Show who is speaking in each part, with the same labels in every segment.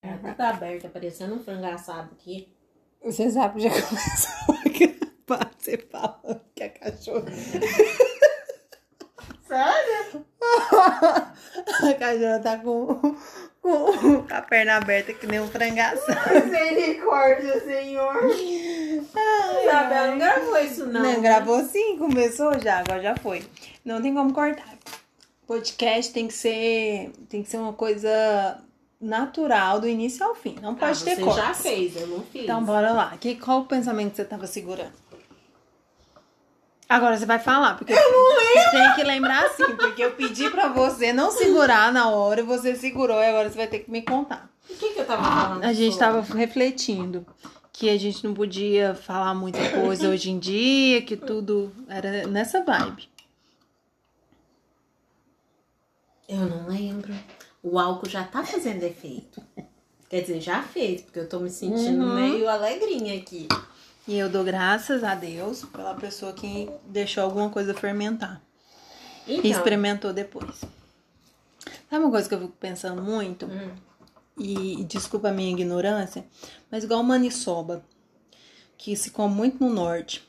Speaker 1: Tá tudo aberto, aparecendo um frango assado aqui.
Speaker 2: Você sabe, já começou a gravar, você falando que é cachorro.
Speaker 1: Sério?
Speaker 2: a cachorra tá com, com a perna aberta que nem um frangaço.
Speaker 1: Misericórdia, senhor. Isabela não gravou isso, não.
Speaker 2: Não, gravou sim, começou já, agora já foi. Não tem como cortar. Podcast tem que ser, tem que ser uma coisa natural do início ao fim. Não
Speaker 1: Ah,
Speaker 2: pode ter
Speaker 1: você
Speaker 2: corte.
Speaker 1: já fez, eu não fiz.
Speaker 2: Então bora lá. Que, qual o pensamento que você tava segurando? Agora você vai falar, porque você tem que lembrar assim, porque eu pedi pra você não segurar na hora, e você segurou e agora você vai ter que me contar.
Speaker 1: o que, que eu tava falando?
Speaker 2: A gente
Speaker 1: sobre?
Speaker 2: tava refletindo que a gente não podia falar muita coisa hoje em dia, que tudo era nessa vibe.
Speaker 1: Eu não lembro. O álcool já tá fazendo efeito. Quer dizer, já fez, porque eu tô me sentindo
Speaker 2: Uhum.
Speaker 1: meio alegrinha aqui.
Speaker 2: E eu dou graças a Deus pela pessoa que deixou alguma coisa fermentar. E
Speaker 1: Então,
Speaker 2: experimentou depois. Sabe uma coisa que eu fico pensando muito?
Speaker 1: Hum.
Speaker 2: E, e desculpa a minha ignorância, mas igual maniçoba, que se come muito no norte.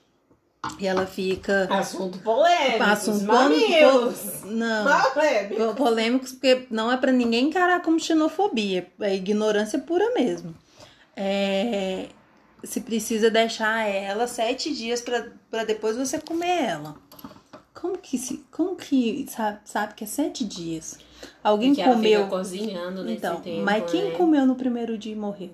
Speaker 2: E ela fica.
Speaker 1: assunto polêmico.
Speaker 2: Passa um pano que
Speaker 1: mamilos.
Speaker 2: po- Não.
Speaker 1: Polêmico.
Speaker 2: po- Polêmicos, porque não é pra ninguém encarar como xenofobia. É ignorância pura mesmo. É, se precisa deixar ela sete dias pra pra depois você comer ela. Como que se. Como que sabe, sabe que é sete dias? Alguém
Speaker 1: que ela
Speaker 2: comeu.
Speaker 1: fica cozinhando nesse
Speaker 2: Então,
Speaker 1: tempo,
Speaker 2: mas quem
Speaker 1: né?
Speaker 2: comeu no primeiro dia e morreu?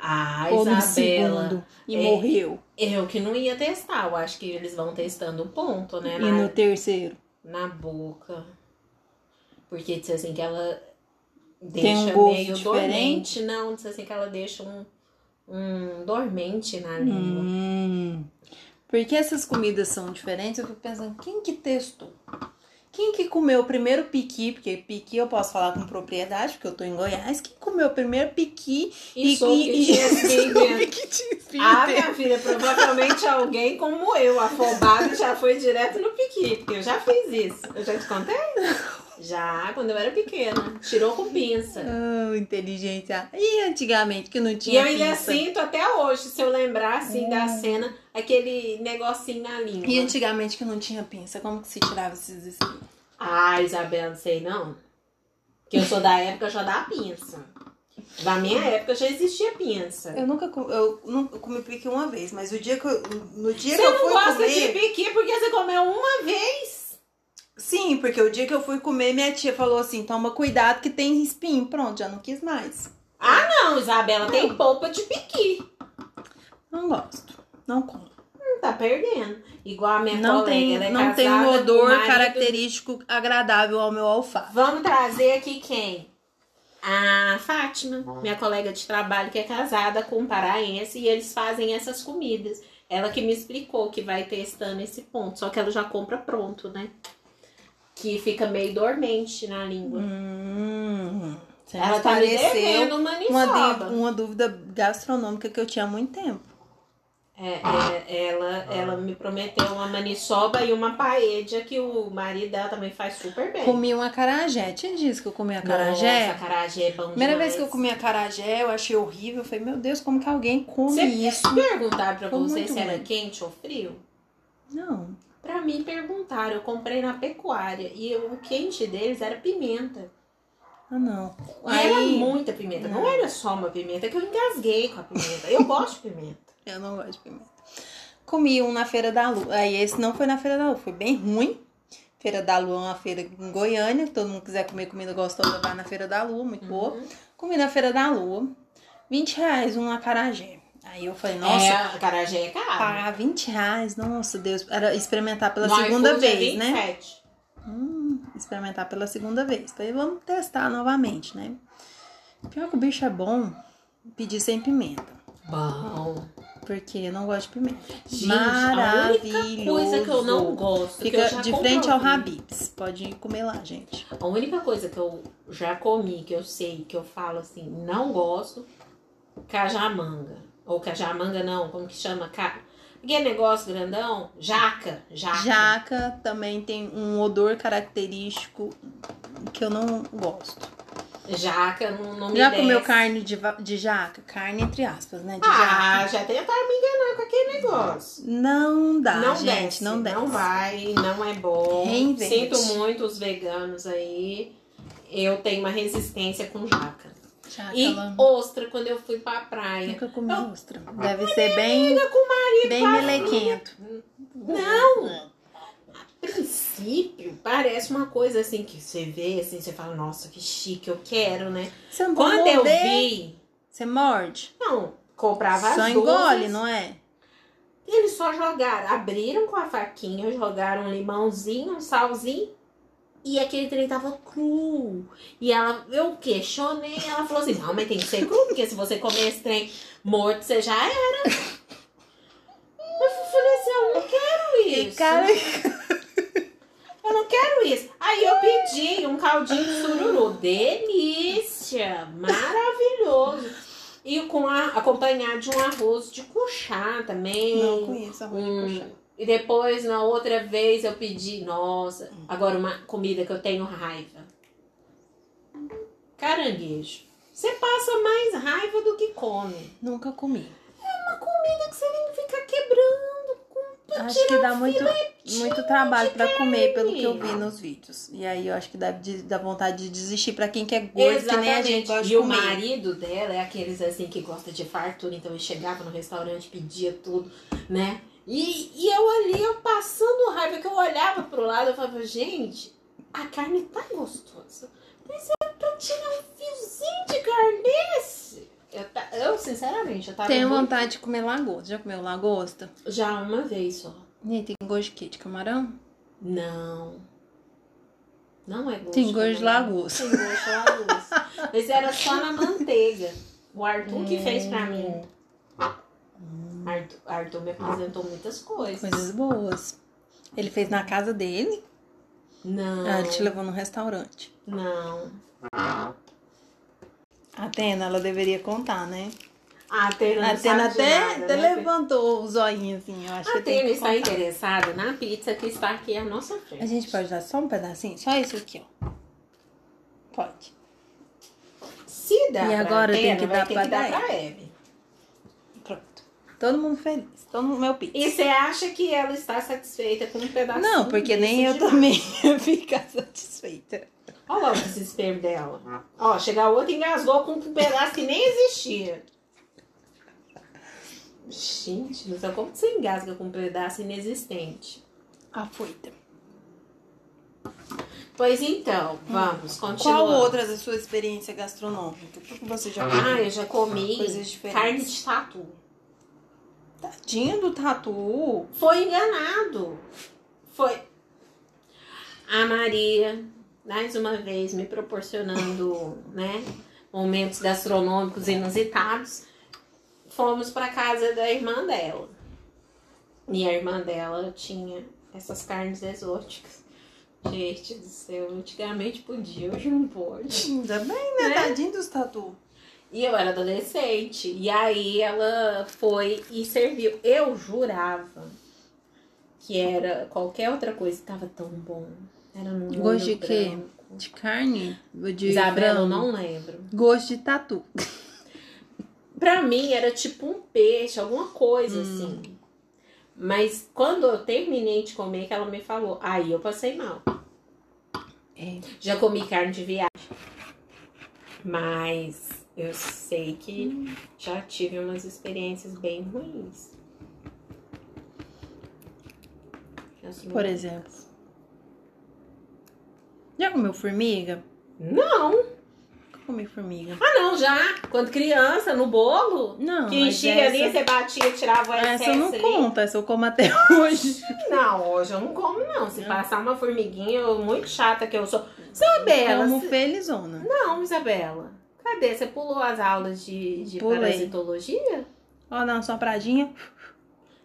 Speaker 1: Ah,
Speaker 2: Ou no
Speaker 1: Isabela.
Speaker 2: segundo e
Speaker 1: é,
Speaker 2: morreu?
Speaker 1: Eu que não ia testar. Eu acho que eles vão testando o ponto, né?
Speaker 2: E
Speaker 1: Na,
Speaker 2: no terceiro?
Speaker 1: na boca. Porque disse assim que ela
Speaker 2: Tem um
Speaker 1: deixa
Speaker 2: gosto
Speaker 1: meio
Speaker 2: diferente?
Speaker 1: dormente. Não, disse assim que ela deixa um, um dormente na língua.
Speaker 2: Hum. Porque essas comidas são diferentes, eu fico pensando, quem que testou? Quem que comeu o primeiro piqui? Porque piqui eu posso falar com propriedade, porque eu tô em Goiás. Quem comeu o primeiro piqui
Speaker 1: E, sou que tinha
Speaker 2: soube
Speaker 1: espinha.
Speaker 2: que tinha espinha
Speaker 1: Ah,
Speaker 2: dentro?
Speaker 1: minha filha, provavelmente alguém como eu, afobado, já foi direto no piqui, porque eu já fiz isso. Eu já te contei? Já, quando eu era pequena. Tirou com pinça.
Speaker 2: Ah, inteligência. E antigamente que não
Speaker 1: E
Speaker 2: tinha
Speaker 1: eu ainda assim,
Speaker 2: pinça?
Speaker 1: sinto até hoje, se eu lembrar assim
Speaker 2: Hum.
Speaker 1: da cena, aquele negocinho na língua.
Speaker 2: E antigamente que não tinha pinça, como que se tirava esses espinhos?
Speaker 1: Ah, Isabel, não sei não. Que eu sou da época já da pinça. Na minha época já existia pinça.
Speaker 2: Eu nunca com- eu nunca comi piqui uma vez, mas o dia que eu, no dia
Speaker 1: Você
Speaker 2: que eu
Speaker 1: não
Speaker 2: fui
Speaker 1: gosta
Speaker 2: comer,
Speaker 1: de piqui porque você comeu um uma vez.
Speaker 2: sim, porque o dia que eu fui comer, minha tia falou assim: "Toma cuidado que tem espinho". Pronto, já não quis mais.
Speaker 1: Não, Isabela, tem polpa de piqui.
Speaker 2: Não gosto. Não como.
Speaker 1: Não tá perdendo. Igual a minha
Speaker 2: Não
Speaker 1: colega,
Speaker 2: tem,
Speaker 1: ela é
Speaker 2: não tem um
Speaker 1: casada com o
Speaker 2: odor
Speaker 1: marido
Speaker 2: característico agradável ao meu olfato.
Speaker 1: Vamos trazer aqui quem? A Fátima, minha colega de trabalho que é casada com um paraense e eles fazem essas comidas. Ela que me explicou que vai testando esse ponto, só que ela já compra pronto, né? Que fica meio dormente na língua.
Speaker 2: Hum.
Speaker 1: ela tá me
Speaker 2: pareceu
Speaker 1: devendo uma
Speaker 2: uma, de-
Speaker 1: maniçoba.
Speaker 2: uma dúvida gastronômica que eu tinha há muito tempo.
Speaker 1: É, é, ela, ela me prometeu uma maniçoba e uma paella que o marido dela também faz super bem.
Speaker 2: Comi um acarajé. Tinha dias que eu comi acarajé.
Speaker 1: Nossa, acarajé é bom
Speaker 2: Primeira
Speaker 1: demais.
Speaker 2: vez que eu comi acarajé, eu achei horrível. Eu falei, meu Deus, como que alguém come
Speaker 1: Você
Speaker 2: isso?
Speaker 1: perguntar pra
Speaker 2: Ficou
Speaker 1: você
Speaker 2: muito
Speaker 1: se era
Speaker 2: ruim.
Speaker 1: quente ou frio?
Speaker 2: Não.
Speaker 1: Pra mim perguntaram, eu comprei na pecuária e o quente deles era pimenta.
Speaker 2: Ah, não.
Speaker 1: E era
Speaker 2: Aí, É.
Speaker 1: muita pimenta, não
Speaker 2: Não.
Speaker 1: era só uma pimenta, é que eu engasguei com a pimenta. Eu gosto de pimenta.
Speaker 2: eu não gosto de pimenta. Comi um na Feira da Lua. Aí esse não foi na Feira da Lua, foi bem ruim. Feira da Lua é uma feira em Goiânia. Se todo mundo quiser comer comida gostosa, vai na Feira da Lua, muito boa.
Speaker 1: Uhum.
Speaker 2: Comi na Feira da Lua, 20 reais um acarajé. Aí eu falei, nossa,
Speaker 1: É, a carajé é caro.
Speaker 2: pagar 20 reais, nossa Deus. Era experimentar pela
Speaker 1: No
Speaker 2: segunda
Speaker 1: iFood é
Speaker 2: vez, né?
Speaker 1: 27.
Speaker 2: Hum, experimentar pela segunda vez. Falei, vamos testar novamente, né? Pior que o bicho é bom pedir sem pimenta.
Speaker 1: Bom.
Speaker 2: Porque eu não gosto de pimenta.
Speaker 1: Gente, a única
Speaker 2: Maravilhoso.
Speaker 1: coisa que eu não gosto, que eu
Speaker 2: Fica
Speaker 1: já
Speaker 2: de frente ao
Speaker 1: comprovei.
Speaker 2: Habibs. Pode comer lá, gente.
Speaker 1: A única coisa que eu já comi, que eu sei, que eu falo assim, não gosto, cajamanga. Ou cajamanga não, como que chama? Ca... Que negócio grandão? Jaca. Jaca.
Speaker 2: Jaca também tem um odor característico que eu não gosto.
Speaker 1: Jaca não, não me
Speaker 2: Já
Speaker 1: desce.
Speaker 2: comeu carne de, va- de jaca? Carne entre aspas, né? De jaca.
Speaker 1: Ah, já tentaram me enganar com aquele negócio.
Speaker 2: Não dá,
Speaker 1: não
Speaker 2: Tá, gente.
Speaker 1: desce,
Speaker 2: não desce.
Speaker 1: vai, não é bom.
Speaker 2: Reinvente.
Speaker 1: Sinto muito os veganos aí. Eu tenho uma resistência com jaca.
Speaker 2: Jaca,
Speaker 1: e Ah,
Speaker 2: ela
Speaker 1: ostra quando eu fui pra praia.
Speaker 2: nunca comi ostra. Deve ser bem, bem melequento.
Speaker 1: Não! A princípio, parece uma coisa assim que você vê, assim, você fala, nossa, que chique, eu quero, né?
Speaker 2: Você não
Speaker 1: Quando
Speaker 2: pode
Speaker 1: eu
Speaker 2: morder.
Speaker 1: vi,
Speaker 2: Você morde.
Speaker 1: não, comprava
Speaker 2: Só
Speaker 1: as
Speaker 2: engole,
Speaker 1: duas,
Speaker 2: não é?
Speaker 1: Eles só jogaram, abriram com a faquinha, jogaram um limãozinho, um salzinho. E aquele trem tava cru. E ela, eu questionei, ela falou assim: não, mas tem que ser cru, porque se você comer esse trem morto, você já era. Eu falei assim: eu não quero
Speaker 2: E
Speaker 1: isso.
Speaker 2: cara,
Speaker 1: Eu não quero isso. Aí eu pedi um caldinho de sururu. Delícia! Maravilhoso! E com a, acompanhado de um arroz de cuchá também.
Speaker 2: não conheço arroz de
Speaker 1: Hum.
Speaker 2: puxar.
Speaker 1: E depois, na outra vez, eu pedi, nossa, agora uma comida que eu tenho raiva. Caranguejo. Você passa mais raiva do que come.
Speaker 2: Nunca comi.
Speaker 1: Uma comida que você tem que ficar quebrando. Com...
Speaker 2: Acho que dá muito, muito trabalho pra comer, pelo que eu vi
Speaker 1: carne.
Speaker 2: nos vídeos. E aí eu acho que dá, de- dá vontade de desistir pra quem quer gordo, que nem a gente
Speaker 1: Exatamente.
Speaker 2: gosta de
Speaker 1: E o
Speaker 2: comer.
Speaker 1: marido dela é aqueles assim que gosta de fartura, então ele chegava no restaurante, pedia tudo, né? E, e eu ali, eu passando raiva, que eu olhava pro lado, eu falava, gente, a carne tá gostosa. Mas é pra tirar um fiozinho de carne desse. Eu, ta- eu, sinceramente, eu tava
Speaker 2: Tenho
Speaker 1: muito-
Speaker 2: vontade de comer lagosta. Já comeu lagosta?
Speaker 1: já uma vez só.
Speaker 2: E tem gosto de quê? De camarão?
Speaker 1: Não. Não é gosto.
Speaker 2: Tem gosto de
Speaker 1: né?
Speaker 2: lagosta.
Speaker 1: Tem gosto de lagosta. Mas era só na manteiga. O Arthur que fez pra mim.
Speaker 2: É.
Speaker 1: Arthur, Arthur me apresentou muitas coisas.
Speaker 2: Coisas boas. Ele fez na casa dele.
Speaker 1: Não.
Speaker 2: Ah, ele te levou num restaurante.
Speaker 1: Não.
Speaker 2: Atena, ela deveria contar, né?
Speaker 1: A Atena
Speaker 2: A
Speaker 1: não
Speaker 2: Atena
Speaker 1: sabe de
Speaker 2: até,
Speaker 1: nada,
Speaker 2: até
Speaker 1: né? Ah,
Speaker 2: levantou o zoinho, assim. Eu acho
Speaker 1: A
Speaker 2: que tem
Speaker 1: Atena
Speaker 2: que
Speaker 1: está
Speaker 2: contar.
Speaker 1: interessada na pizza que está aqui à nossa frente.
Speaker 2: A gente pode dar só um pedacinho? Só isso aqui, ó. Pode.
Speaker 1: Se dá
Speaker 2: E
Speaker 1: pra
Speaker 2: agora tem
Speaker 1: Atena,
Speaker 2: que
Speaker 1: vai
Speaker 2: dar
Speaker 1: ter
Speaker 2: pra
Speaker 1: que dar
Speaker 2: Dai.
Speaker 1: pra Eve.
Speaker 2: Pronto. Todo mundo feliz. Todo mundo meu pizza.
Speaker 1: E você acha que ela está satisfeita com um pedaço?
Speaker 2: Não, porque nem eu também ia ficar satisfeita.
Speaker 1: Olha lá o desespero dela. Ó, chegar outra e engasgou com um pedaço que nem existia. Gente, não sei como que você engasga com um pedaço inexistente.
Speaker 2: Afoita.
Speaker 1: Pois então, vamos, continuar.
Speaker 2: Qual outra da sua experiência gastronômica? O que que você já comeu?
Speaker 1: Ah, eu já comi
Speaker 2: Coisas diferentes.
Speaker 1: carne de tatu.
Speaker 2: Tadinho do tatu.
Speaker 1: Foi enganado. Foi. A Maria, mais uma vez, me proporcionando, né? Momentos gastronômicos inusitados. Fomos para casa da irmã dela. E a irmã dela tinha essas carnes exóticas. Gente do céu, antigamente podia, hoje não pode.
Speaker 2: Ainda bem, né?
Speaker 1: Né?
Speaker 2: Tadinho dos tatu.
Speaker 1: E eu era adolescente. E aí ela foi e serviu. Eu jurava que era qualquer outra coisa que tava tão bom. Era um molho
Speaker 2: Gosto de quê?
Speaker 1: branco.
Speaker 2: De carne? De
Speaker 1: Isabela, eu
Speaker 2: frango?
Speaker 1: não lembro.
Speaker 2: Gosto de tatu.
Speaker 1: Pra mim era tipo um peixe, alguma
Speaker 2: Hum.
Speaker 1: coisa assim. Mas quando eu terminei de comer, que ela me falou, aí eu passei mal.
Speaker 2: É.
Speaker 1: Já comi carne de viagem. Mas eu sei
Speaker 2: Hum.
Speaker 1: que já tive umas experiências bem ruins.
Speaker 2: Por exemplo. Já comeu formiga?
Speaker 1: Não!
Speaker 2: Nunca comi formiga.
Speaker 1: Ah, não, já! Quando criança, no bolo,
Speaker 2: Não.
Speaker 1: que
Speaker 2: mas
Speaker 1: enchia
Speaker 2: essa,
Speaker 1: ali, você batia, tirava o
Speaker 2: Essa eu
Speaker 1: excesso
Speaker 2: não
Speaker 1: ali.
Speaker 2: conta, essa eu como até hoje.
Speaker 1: Não, hoje eu não como, não. Se
Speaker 2: Não.
Speaker 1: passar uma formiguinha, eu, muito chata que eu sou. Isabela!
Speaker 2: como
Speaker 1: se-
Speaker 2: felizona.
Speaker 1: Não, Isabela. Cadê? Você pulou as aulas de, de
Speaker 2: Pulei.
Speaker 1: parasitologia?
Speaker 2: Ó, dá uma sopradinha.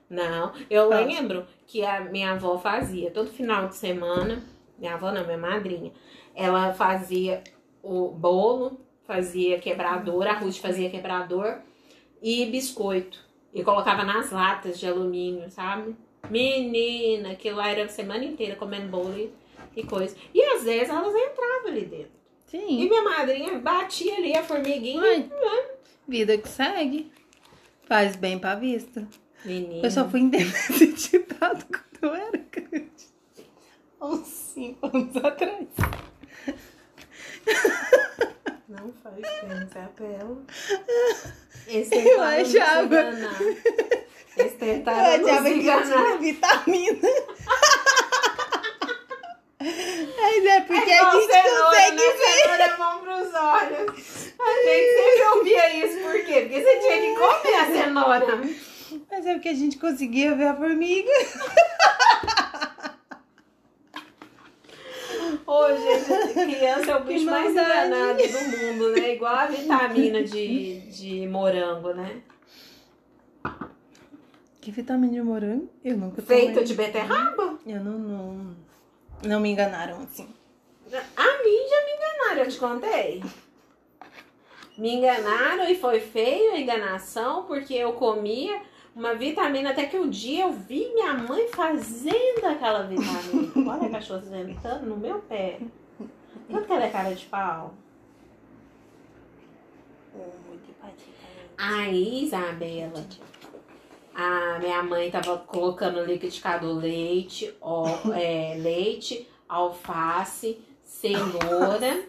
Speaker 1: Não, eu
Speaker 2: Tá.
Speaker 1: lembro que a minha avó fazia todo final de semana. Minha avó não, minha madrinha. Ela fazia o bolo, fazia quebrador, a Ruth fazia quebrador e biscoito. E colocava nas latas de alumínio, sabe? Menina, que lá era a semana inteira comendo bolo e, e coisa. E às vezes elas entravam ali dentro. E
Speaker 2: Sim.
Speaker 1: minha madrinha batia ali a formiguinha.
Speaker 2: Ué, vida que segue. Faz bem pra vista.
Speaker 1: Menina.
Speaker 2: Eu só fui entender esse ditado quando eu era grande. Há uns 5 anos atrás.
Speaker 1: Não faz pensar pra ela. Esse
Speaker 2: Eu
Speaker 1: tentaram nos
Speaker 2: achava.
Speaker 1: enganar. Eles
Speaker 2: Eu
Speaker 1: tentaram nos
Speaker 2: achava que eu
Speaker 1: enganar.
Speaker 2: tinha vitamina. Mas é porque
Speaker 1: É
Speaker 2: a
Speaker 1: igual
Speaker 2: gente consegue
Speaker 1: né? Cenoura, mão pros olhos. A gente sempre ouvia isso. Por quê? Porque você tinha que comer a cenoura.
Speaker 2: Mas é porque a gente conseguia ver a formiga.
Speaker 1: Hoje, criança é o bicho mais enganado
Speaker 2: maldade.
Speaker 1: do mundo, né? Igual a vitamina de, de morango, né?
Speaker 2: Que vitamina de morango? Eu nunca
Speaker 1: Feito
Speaker 2: tomei.
Speaker 1: de beterraba.
Speaker 2: Eu não, não, não me enganaram assim.
Speaker 1: A mim já me enganaram, eu te contei. Me enganaram e foi feio a enganação, porque eu comia uma vitamina, até que um dia eu vi minha mãe fazendo aquela vitamina. Olha a cachorra sentando no meu pé. Quanto que ela é cara de pau? Aí, Isabela, a minha mãe tava colocando no liquidificador leite, ó, é, leite, alface, cenoura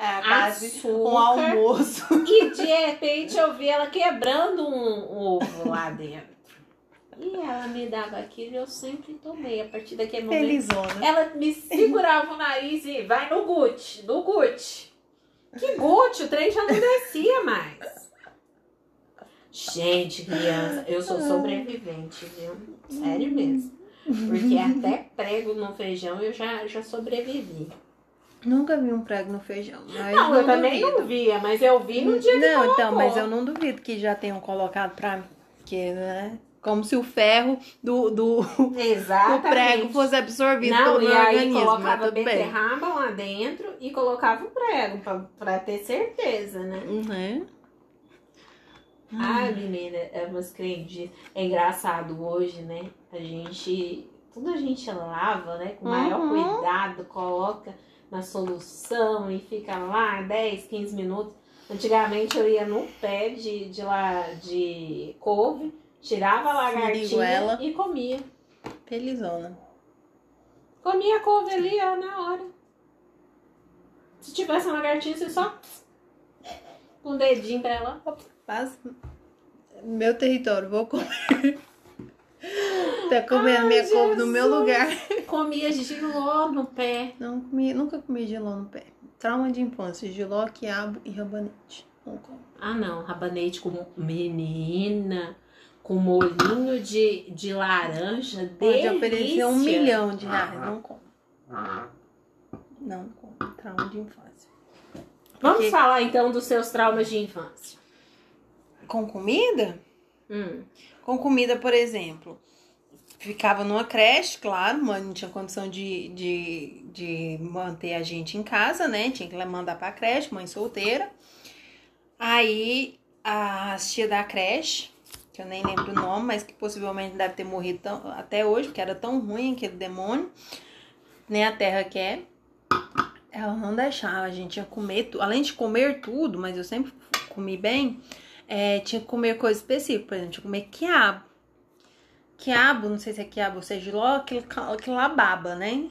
Speaker 2: É
Speaker 1: Açúcar.
Speaker 2: um almoço.
Speaker 1: e de repente eu vi ela quebrando um ovo lá dentro. E ela me dava aquilo e eu sempre tomei. A partir daquele momento
Speaker 2: Felizona.
Speaker 1: ela me segurava o nariz e vai no Gucci, no Gucci. Que Gucci? O trem já não descia mais. Gente, criança, eu sou sobrevivente, viu? Sério mesmo. Porque até prego no feijão eu já, já sobrevivi.
Speaker 2: Nunca vi um prego no feijão. Mas
Speaker 1: Não, eu também
Speaker 2: duvido.
Speaker 1: não via, mas eu vi no dia.
Speaker 2: Não, então, mas
Speaker 1: colocou.
Speaker 2: eu não duvido que já tenham colocado pra mim. Porque, né? Como se o ferro do, do, do
Speaker 1: Exatamente.
Speaker 2: prego fosse absorvido
Speaker 1: Não,
Speaker 2: pelo
Speaker 1: e
Speaker 2: meu
Speaker 1: aí
Speaker 2: organismo. Mas
Speaker 1: colocava
Speaker 2: tudo bem.
Speaker 1: beterraba lá dentro e colocava o prego pra, pra ter certeza, né?
Speaker 2: Uhum. Hum.
Speaker 1: Ai, menina, é umas crendices. É engraçado hoje, né? A gente. Tudo a gente lava, né? Com o maior
Speaker 2: Uhum.
Speaker 1: cuidado, coloca na solução e fica lá 10, 15 minutos. Antigamente eu ia no pé de, de, lá, de couve, tirava a lagartinha
Speaker 2: Siriguela.
Speaker 1: e comia.
Speaker 2: Felizona.
Speaker 1: Comia a couve ali, ó, na hora. Se tivesse uma lagartinha, você só. Com o dedinho pra ela.
Speaker 2: Mas meu território, vou comer. tá comendo minha couve no meu
Speaker 1: Jesus.
Speaker 2: lugar.
Speaker 1: Comia giló no pé.
Speaker 2: Não comi, nunca comi giló no pé. Trauma de infância, giló, quiabo e rabanete. Não como.
Speaker 1: Ah, não. Rabanete com menina, com molhinho de, de laranja.
Speaker 2: Pode
Speaker 1: delícia.
Speaker 2: oferecer um milhão de reais, não como. Não como, trauma de infância.
Speaker 1: Vamos
Speaker 2: Porque-
Speaker 1: falar então dos seus traumas de infância.
Speaker 2: Com comida?
Speaker 1: Hum.
Speaker 2: Com comida, por exemplo. Ficava numa creche, claro, mãe não tinha condição de, de, de manter a gente em casa, né? Tinha que lá mandar pra creche, mãe solteira. Aí as tia da creche, que eu nem lembro o nome, mas que possivelmente deve ter morrido tão- até hoje, porque era tão ruim aquele demônio, nem a terra quer. Ela não deixava, a gente ia comer, tu- além de comer tudo, mas eu sempre comi bem. É, tinha que comer coisa específica, por exemplo, tinha que comer quiabo. Quiabo, não sei se é quiabo ou seja giló, aquele, ca- aquele lá baba, né?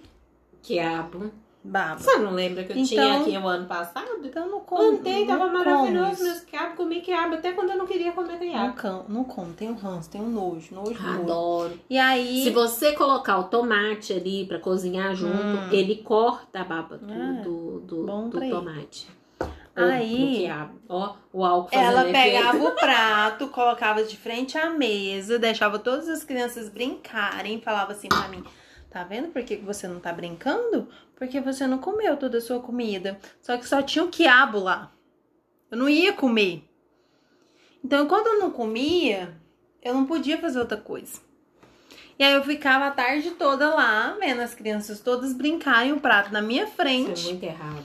Speaker 1: Quiabo.
Speaker 2: Baba.
Speaker 1: é Você não lembra que eu tinha
Speaker 2: Então-
Speaker 1: aqui o ano passado?
Speaker 2: Então não como.
Speaker 1: Plantei,
Speaker 2: não
Speaker 1: tava
Speaker 2: como
Speaker 1: maravilhoso
Speaker 2: isso.
Speaker 1: meus quiabos. Comi quiabo até quando eu não queria comer
Speaker 2: Não,
Speaker 1: quiabo.
Speaker 2: cão, não como, tem um ranço, tem um nojo, nojo, nojo.
Speaker 1: Ah, Adoro.
Speaker 2: E aí.
Speaker 1: Se você colocar o tomate ali pra cozinhar junto,
Speaker 2: Hum.
Speaker 1: ele corta a baba do,
Speaker 2: Ah,
Speaker 1: do, do-
Speaker 2: bom
Speaker 1: do
Speaker 2: pra ele.
Speaker 1: tomate. Ou do
Speaker 2: Aí-
Speaker 1: quiabo. Ó, o álcool
Speaker 2: Ela
Speaker 1: fazendo efeito.
Speaker 2: pegava o prato, colocava de frente à mesa, deixava todas as crianças brincarem, falava assim pra mim: Tá vendo por que que você não tá brincando? Porque você não comeu toda a sua comida. Só que só tinha o quiabo lá. Eu não ia comer. Então, enquanto eu não comia, eu não podia fazer outra coisa. E aí eu ficava a tarde toda lá, vendo as crianças todas brincarem o prato na minha
Speaker 1: Isso é
Speaker 2: frente.
Speaker 1: muito errado.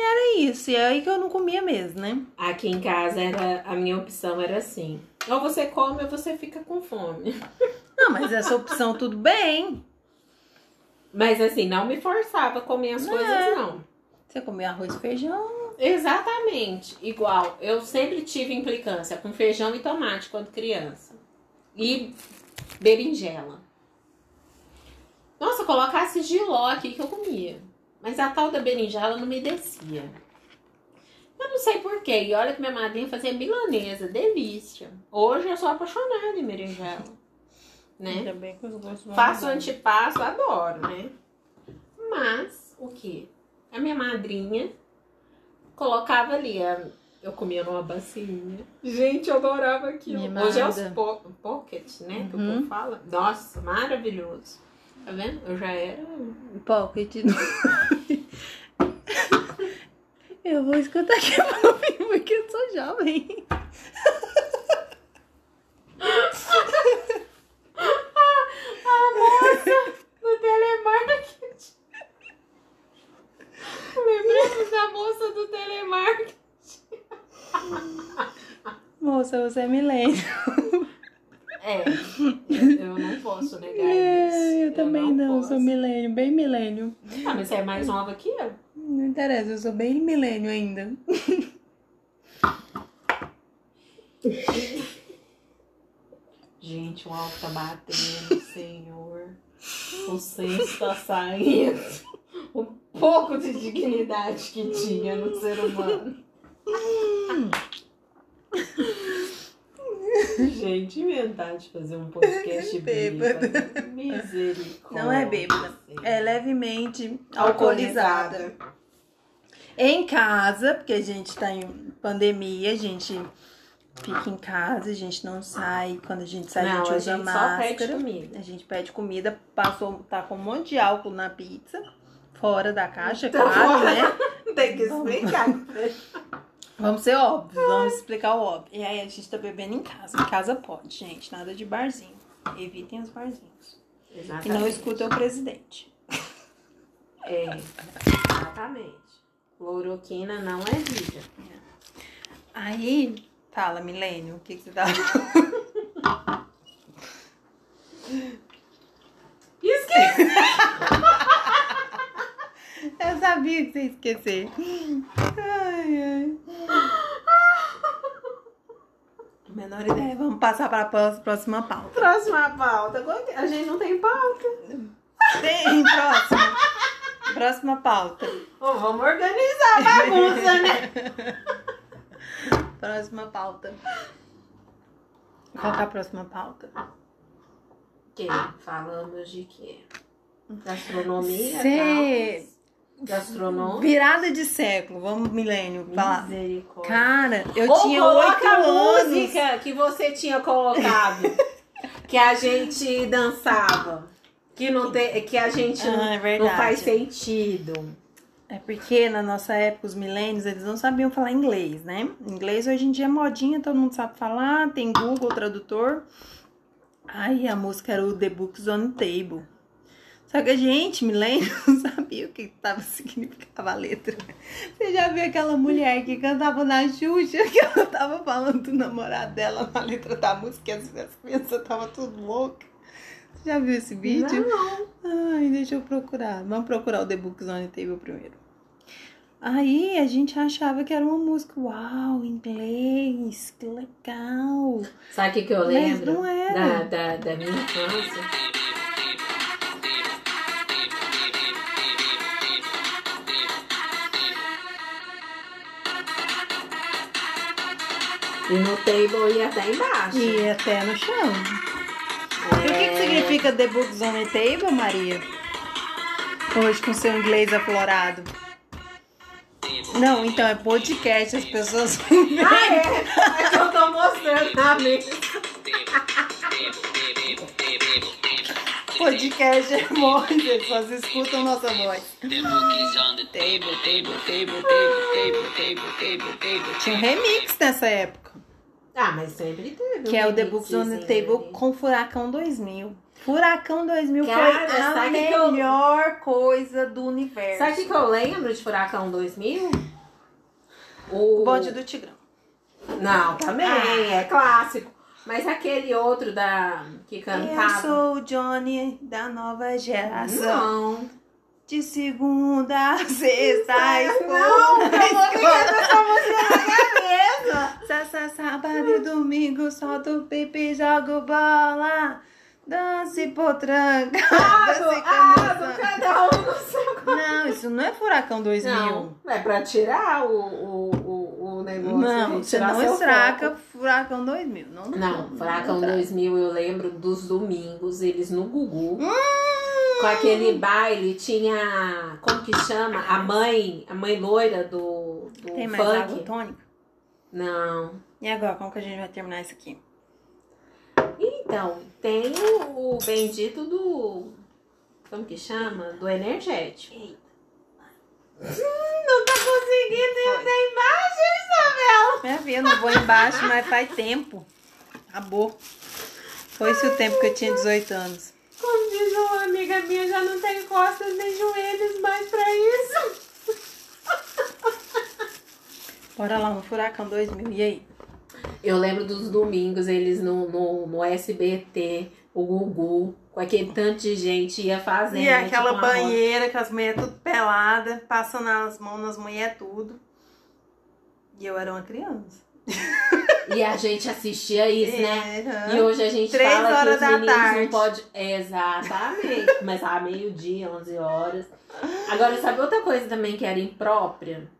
Speaker 2: É isso. E é aí que eu não comia mesmo, né?
Speaker 1: Aqui em casa era a minha opção era assim. Ou você come ou você fica com fome.
Speaker 2: Não, mas essa opção tudo bem.
Speaker 1: Mas assim, não me forçava a comer as coisas não.
Speaker 2: Você comia arroz e feijão?
Speaker 1: Exatamente. Igual, eu sempre tive implicância com feijão e tomate quando criança. E berinjela. Nossa, colocasse giló aqui que eu comia. Mas a tal da berinjela não me descia. Eu não sei porquê. E olha que minha madrinha fazia milanesa, delícia. Hoje eu sou apaixonada em berinjela. Né?
Speaker 2: Ainda bem que os gostos vão
Speaker 1: Faço
Speaker 2: mudando.
Speaker 1: antipasso, adoro, né? Mas, o que? A minha madrinha colocava ali. a- Eu comia numa bacinha. Gente, eu adorava aquilo.
Speaker 2: Mimada.
Speaker 1: Hoje é os po pocket, né? Que o
Speaker 2: Uhum.
Speaker 1: povo fala. Nossa, maravilhoso. Tá vendo? Eu já era.
Speaker 2: Pocket. eu vou escutar aqui pra ouvir, porque eu sou jovem.
Speaker 1: No telemarketing. Lembramos da moça do telemarketing.
Speaker 2: Moça, você é milênio.
Speaker 1: É, eu não posso negar É isso.
Speaker 2: eu também não, eu
Speaker 1: posso.
Speaker 2: sou milênio, bem milênio.
Speaker 1: Ah, mas você é mais nova que eu.
Speaker 2: Não interessa, eu sou bem milênio ainda.
Speaker 1: Gente, o álcool tá batendo, senhor. O senso tá saindo. O pouco de dignidade que tinha no ser humano. Gente, inventar de fazer um podcast
Speaker 2: Bêbada.
Speaker 1: bêbado. Misericórdia.
Speaker 2: Não é bêbada, É levemente alcoolizada.
Speaker 1: alcoolizada.
Speaker 2: Em casa, porque a gente tá em pandemia, a gente fica em casa, a gente não sai. Quando a gente sai, a
Speaker 1: Não,
Speaker 2: gente
Speaker 1: a
Speaker 2: usa
Speaker 1: gente só
Speaker 2: máscara.
Speaker 1: pede comida.
Speaker 2: A gente pede comida, passou, tá com um monte de álcool na pizza, fora da caixa,
Speaker 1: Então,
Speaker 2: claro,
Speaker 1: fora.
Speaker 2: né?
Speaker 1: Tem que explicar.
Speaker 2: Vamos ser óbvios, vamos explicar o óbvio. E aí a gente tá bebendo em casa. Em casa pode, gente, nada de barzinho. Evitem os barzinhos. E não escutem o presidente.
Speaker 1: É, exatamente. Cloroquina não é vida.
Speaker 2: Aí, fala, Milênio, o que, que você tá.
Speaker 1: Esqueci!
Speaker 2: Eu sabia que você ia esquecer. Ai, ai. Menor ideia, vamos passar para a próxima pauta.
Speaker 1: Próxima pauta. Qual que- A gente não tem pauta.
Speaker 2: Tem, próxima. Próxima pauta.
Speaker 1: Ô, vamos organizar a bagunça, né?
Speaker 2: Próxima pauta. Qual que é a próxima pauta?
Speaker 1: Que falamos de quê? Gastronomia,
Speaker 2: Cê-
Speaker 1: Cê... Gastronomia.
Speaker 2: Virada de século, vamos, milênio, falar.
Speaker 1: Misericórdia.
Speaker 2: Cara, eu
Speaker 1: Ou
Speaker 2: tinha
Speaker 1: coloca
Speaker 2: oito
Speaker 1: a
Speaker 2: anos.
Speaker 1: música que você tinha colocado. que a gente dançava. Que, não te... que a gente não-
Speaker 2: Ah, é
Speaker 1: não faz
Speaker 2: verdade.
Speaker 1: sentido.
Speaker 2: É porque na nossa época, os milênios, eles não sabiam falar inglês, né? Inglês hoje em dia é modinha, todo mundo sabe falar, tem Google tradutor. Aí a música era o The Books on the Table. Só que a gente, milênio, não sabia o que tava, significava a letra. Você já viu aquela mulher que cantava na Xuxa, que ela tava falando do namorado dela na letra da música, e as as crianças tava tudo louca. Você já viu esse vídeo? Ai, deixa eu procurar. Vamos procurar o The Books on the Table primeiro. Aí a gente achava que era uma música. Uau, inglês, que legal.
Speaker 1: Sabe o que, que eu
Speaker 2: Mas
Speaker 1: lembro?
Speaker 2: não era.
Speaker 1: Da, da, da minha infância. E no table ia até embaixo.
Speaker 2: E até no chão. E o que, que significa The Books on the Table, Maria? Hoje com seu inglês aflorado. Não, então é podcast, as pessoas.
Speaker 1: Ah, é? É que eu tô mostrando na mesa.
Speaker 2: podcast é morte, as pessoas escutam nossa voz. um
Speaker 3: The book is on the table, table, table, table, table, table, table, table.
Speaker 2: Tinha um remix nessa época.
Speaker 1: Ah, mas sempre teve.
Speaker 2: Que é o The
Speaker 1: um
Speaker 2: Books on the
Speaker 1: remixzinho
Speaker 2: Table
Speaker 1: ali.
Speaker 2: com Furacão 2000. Furacão 2000
Speaker 1: Cara,
Speaker 2: foi a
Speaker 1: sabe que eu-
Speaker 2: melhor coisa do universo.
Speaker 1: Sabe o que que eu lembro de Furacão 2000? O...
Speaker 2: O bonde do Tigrão.
Speaker 1: Não, também, é clássico. Mas aquele outro da que é
Speaker 2: Eu
Speaker 1: cantava.
Speaker 2: sou o Johnny da nova geração.
Speaker 1: Não.
Speaker 2: De segunda a sexta,
Speaker 1: É,
Speaker 2: estou na escola.
Speaker 1: Não,
Speaker 2: Sá, sá, sábado e domingo, solto o pipi, jogo bola. Dance potranca.
Speaker 1: é
Speaker 2: dance camuça.
Speaker 1: cada um no seu.
Speaker 2: Não, isso não é Furacão 2000.
Speaker 1: Não, é pra tirar o, o, o, o negócio.
Speaker 2: Não,
Speaker 1: né?
Speaker 2: você
Speaker 1: Tirar
Speaker 2: não
Speaker 1: seu
Speaker 2: estraga
Speaker 1: foco.
Speaker 2: Furacão 2000. Não,
Speaker 1: Não, Furacão
Speaker 2: estraga.
Speaker 1: 2000, eu lembro dos domingos, eles no
Speaker 2: Hum.
Speaker 1: Gugu. Com aquele baile, tinha. Como que chama? A mãe, a mãe loira do, do
Speaker 2: Tem mais água
Speaker 1: funk.
Speaker 2: tônica?
Speaker 1: Não.
Speaker 2: E agora, como que a gente vai terminar isso aqui?
Speaker 1: Então, tem o, o bendito do. Como que chama? Do energético. Não tá conseguindo ir até embaixo?
Speaker 2: Minha filha, eu não vou embaixo, mas faz tempo. Acabou. Foi esse o tempo que eu tinha 18 anos.
Speaker 1: Como diz uma amiga minha, já não tem costas nem joelhos mais pra isso.
Speaker 2: Bora lá, um Furacão 2000. E aí?
Speaker 1: Eu lembro dos domingos, eles no, no, no SBT, o Gugu, com aquele tanto de gente ia fazendo.
Speaker 2: E é
Speaker 1: né,
Speaker 2: aquela
Speaker 1: tipo uma roda.
Speaker 2: banheira com as mulheres tudo pelada, passando as mãos nas mulheres tudo. E eu era uma criança.
Speaker 1: E a gente assistia isso, né?
Speaker 2: Era.
Speaker 1: E hoje a gente
Speaker 2: Três
Speaker 1: fala
Speaker 2: horas
Speaker 1: que
Speaker 2: da
Speaker 1: os meninos
Speaker 2: tarde.
Speaker 1: não podem... Exatamente. Começava meio-dia, 11 horas. Agora, sabe outra coisa também que era imprópria?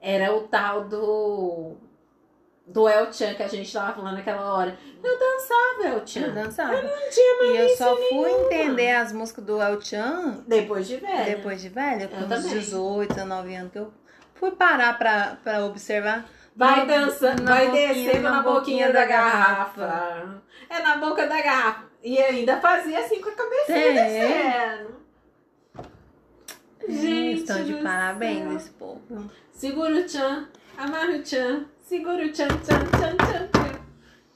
Speaker 1: Era o tal do... Do El Chan, que a gente tava falando naquela hora. Eu dançava El
Speaker 2: Eu
Speaker 1: Chan.
Speaker 2: dançava. e eu só fui entender as músicas do El Chan
Speaker 1: Depois de velho.
Speaker 2: depois de velha,
Speaker 1: Eu
Speaker 2: com uns
Speaker 1: também.
Speaker 2: 18, 19 anos, que eu fui parar pra, pra observar.
Speaker 1: Vai
Speaker 2: Na-
Speaker 1: dançando,
Speaker 2: na
Speaker 1: vai
Speaker 2: boquinha-
Speaker 1: descendo
Speaker 2: na
Speaker 1: na boquinha,
Speaker 2: boquinha
Speaker 1: da,
Speaker 2: da
Speaker 1: garrafa. É na boca da garrafa. E ainda fazia assim com a cabecinha
Speaker 2: É.
Speaker 1: descendo.
Speaker 2: Gente, Hum, estão de
Speaker 1: do
Speaker 2: parabéns
Speaker 1: céu.
Speaker 2: esse povo.
Speaker 1: Segura o tchan, amarra o tchan, segura o tchan, tchan, tchan, tchan, tchan.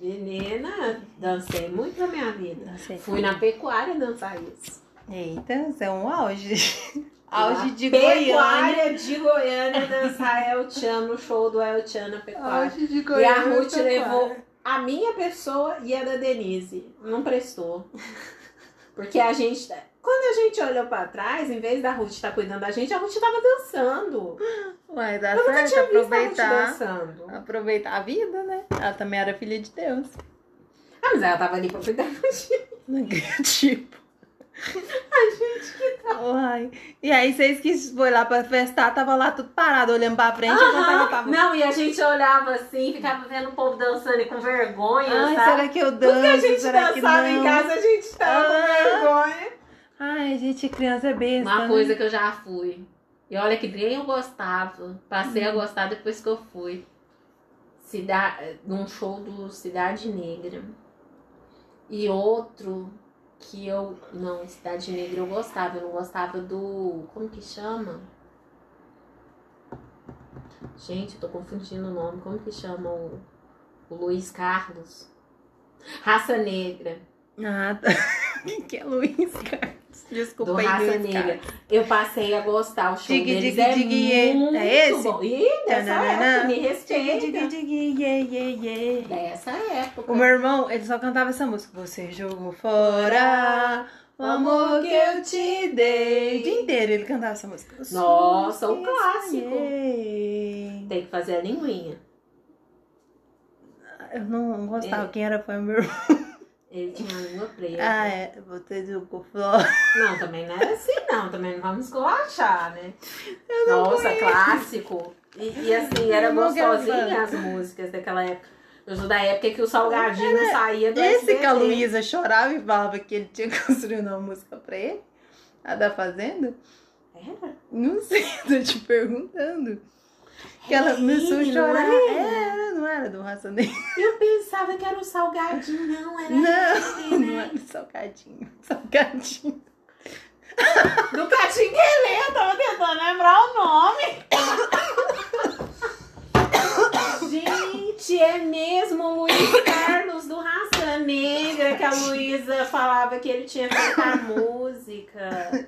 Speaker 1: Menina, dancei muito na minha vida.
Speaker 2: Não sei.
Speaker 1: Fui na pecuária dançar isso.
Speaker 2: Eita, isso é um auge. auge
Speaker 1: Na
Speaker 2: de Goiânia.
Speaker 1: pecuária de Goiânia dançar El Tchan no show do El Tchan na pecuária.
Speaker 2: Auge de
Speaker 1: E
Speaker 2: Goiânia.
Speaker 1: a Ruth
Speaker 2: Pecuária.
Speaker 1: levou a minha pessoa e a da Denise. Não prestou. Porque a gente. Quando a gente olhou pra trás, em vez da Ruth estar cuidando da gente, a Ruth tava dançando.
Speaker 2: Ué, dá
Speaker 1: Eu nunca tinha
Speaker 2: Tá certo
Speaker 1: visto a Ruth
Speaker 2: aproveitar.
Speaker 1: dançando.
Speaker 2: Aproveitar a vida, né? Ela também era filha de Deus.
Speaker 1: Ah, mas ela tava ali pra cuidar da gente.
Speaker 2: tipo. A gente que tá. Uai. E aí vocês que foi lá pra festar, tava lá tudo parado, olhando pra frente enquanto ela tava.
Speaker 1: Não, e a gente olhava assim, ficava vendo o povo dançando e com vergonha,
Speaker 2: Ai,
Speaker 1: sabe?
Speaker 2: será que eu danço?
Speaker 1: Porque tá? a gente
Speaker 2: será que
Speaker 1: dançava
Speaker 2: não?
Speaker 1: em casa, a gente tava
Speaker 2: Ah.
Speaker 1: com vergonha.
Speaker 2: Ai, gente, criança é besta.
Speaker 1: Uma
Speaker 2: né?
Speaker 1: coisa que eu já fui. E olha que nem eu gostava. Passei a gostar depois que eu fui. Cida... Num show do Cidade Negra. E outro que eu. Não, Cidade Negra eu gostava. Eu não gostava do. Como que chama? Gente, eu tô confundindo o nome. Como que chama o, o Luiz Carlos? Raça Negra.
Speaker 2: Ah, tá. Quem que é Luiz Carlos? Desculpa
Speaker 1: do
Speaker 2: aí,
Speaker 1: Raça
Speaker 2: Luiz
Speaker 1: Negra.
Speaker 2: Carlos.
Speaker 1: Eu passei a gostar o show
Speaker 2: Dig,
Speaker 1: deles.
Speaker 2: dig,
Speaker 1: é
Speaker 2: dig, é.
Speaker 1: muito
Speaker 2: É esse?
Speaker 1: bom. Ih, dessa
Speaker 2: Tananana.
Speaker 1: época, me
Speaker 2: Dig, dig,
Speaker 1: respeita.
Speaker 2: dig, yeah, yeah, yeah.
Speaker 1: Dessa época.
Speaker 2: O meu irmão, ele só cantava essa música. Você jogou fora o amor que eu te dei. O dia inteiro ele cantava essa música. Eu
Speaker 1: Nossa,
Speaker 2: sou
Speaker 1: um
Speaker 2: que
Speaker 1: clássico.
Speaker 2: sonhei.
Speaker 1: Tem que fazer a linguinha.
Speaker 2: Eu não gostava.
Speaker 1: É.
Speaker 2: Quem era foi o meu irmão.
Speaker 1: Ele tinha uma língua preta.
Speaker 2: Ah, é. Você jogou fora.
Speaker 1: Não, também não era assim, não. Também não vamos esculachar, né? Nossa, clássico. E, e assim, era
Speaker 2: Eu não quero
Speaker 1: gostosinha
Speaker 2: falar.
Speaker 1: as músicas daquela época. Eu sou da época que o Salgadinho saía do
Speaker 2: É, né? Esse
Speaker 1: SBT.
Speaker 2: que a Luísa chorava e falava que ele tinha construído uma música pra ele. A da Fazenda.
Speaker 1: Era?
Speaker 2: Não sei, tô te perguntando. Que ela começou a
Speaker 1: Ei, É não
Speaker 2: chorar.
Speaker 1: era?
Speaker 2: Era, não era do Raça Negra.
Speaker 1: Eu pensava que era o Salgadinho, não. Era
Speaker 2: Não,
Speaker 1: SBT, né?
Speaker 2: não era do Salgadinho. Salgadinho.
Speaker 1: Do Catinguelê, é, eu tava tentando lembrar o nome. Gente, é mesmo o Luiz Carlos do Raça Negra que a Luísa falava que ele tinha feito a música.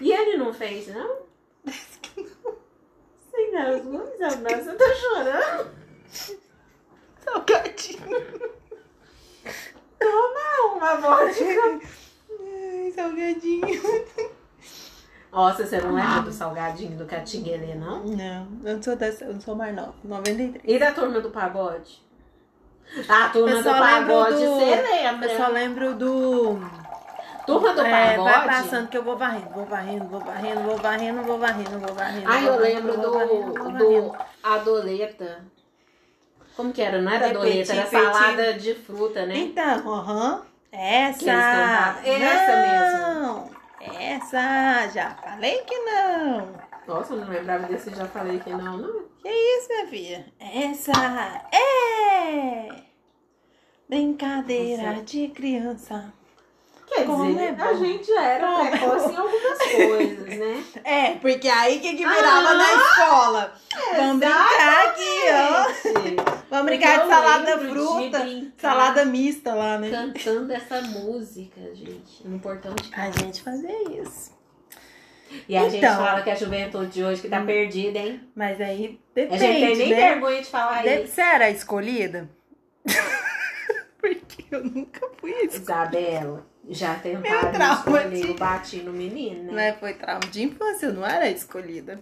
Speaker 1: E ele não fez, não? né? Sei não, Isabel, você tá chorando?
Speaker 2: Salgadinho.
Speaker 1: Uma vodka.
Speaker 2: Ai, salgadinho.
Speaker 1: Nossa, você não lembra do salgadinho do Catinguelê, não?
Speaker 2: Não, eu não sou, dessa, eu não sou mais nova. 93.
Speaker 1: E da turma do pagode? A turma
Speaker 2: Eu
Speaker 1: do
Speaker 2: só lembro
Speaker 1: pagode,
Speaker 2: do-
Speaker 1: você lembra?
Speaker 2: Eu só lembro do.
Speaker 1: Turma do
Speaker 2: É, vai
Speaker 1: pagode?
Speaker 2: passando que eu vou varrendo, vou varrendo, vou varrendo, vou varrendo, vou varrendo, vou varrendo.
Speaker 1: Ai,
Speaker 2: vou
Speaker 1: eu
Speaker 2: varrendo,
Speaker 1: lembro
Speaker 2: vou varrendo, vou
Speaker 1: do,
Speaker 2: varrendo.
Speaker 1: do a doleta. Como que era? Não era
Speaker 2: É
Speaker 1: doleta, era
Speaker 2: petit, petit.
Speaker 1: salada de fruta, né?
Speaker 2: Então, aham. Essa.
Speaker 1: Que eles cantavam. Essa
Speaker 2: não, Essa, já falei que não.
Speaker 1: Nossa, eu não lembrava desse, já falei que não, não.
Speaker 2: Que isso, minha filha? Essa é. Brincadeira
Speaker 1: Nossa.
Speaker 2: de criança.
Speaker 1: Quer
Speaker 2: Como é
Speaker 1: dizer,
Speaker 2: bom.
Speaker 1: a gente já era
Speaker 2: Como é
Speaker 1: precoce em algumas coisas, né?
Speaker 2: É, porque aí que, que
Speaker 1: Ah,
Speaker 2: escola. Vamos brincar aqui,
Speaker 1: Gente, então
Speaker 2: ó. Vamos brincar de
Speaker 1: eu
Speaker 2: salada
Speaker 1: lembro de
Speaker 2: fruta.
Speaker 1: brincar
Speaker 2: Salada mista lá, né?
Speaker 1: Cantando essa música, gente, no portão de
Speaker 2: A gente fazia isso.
Speaker 1: E a gente
Speaker 2: Então.
Speaker 1: fala que a juventude de hoje que tá perdida, hein?
Speaker 2: Mas aí
Speaker 1: A
Speaker 2: depende,
Speaker 1: gente tem nem
Speaker 2: né?
Speaker 1: vergonha de falar
Speaker 2: De-
Speaker 1: isso.
Speaker 2: Você era a escolhida? Porque eu nunca fui escolhida.
Speaker 1: Isabela, já
Speaker 2: Meu
Speaker 1: tentaram
Speaker 2: É um trauma
Speaker 1: escolher,
Speaker 2: de-
Speaker 1: eu bati no menino, né?
Speaker 2: Mas foi trauma de infância, eu não era a escolhida.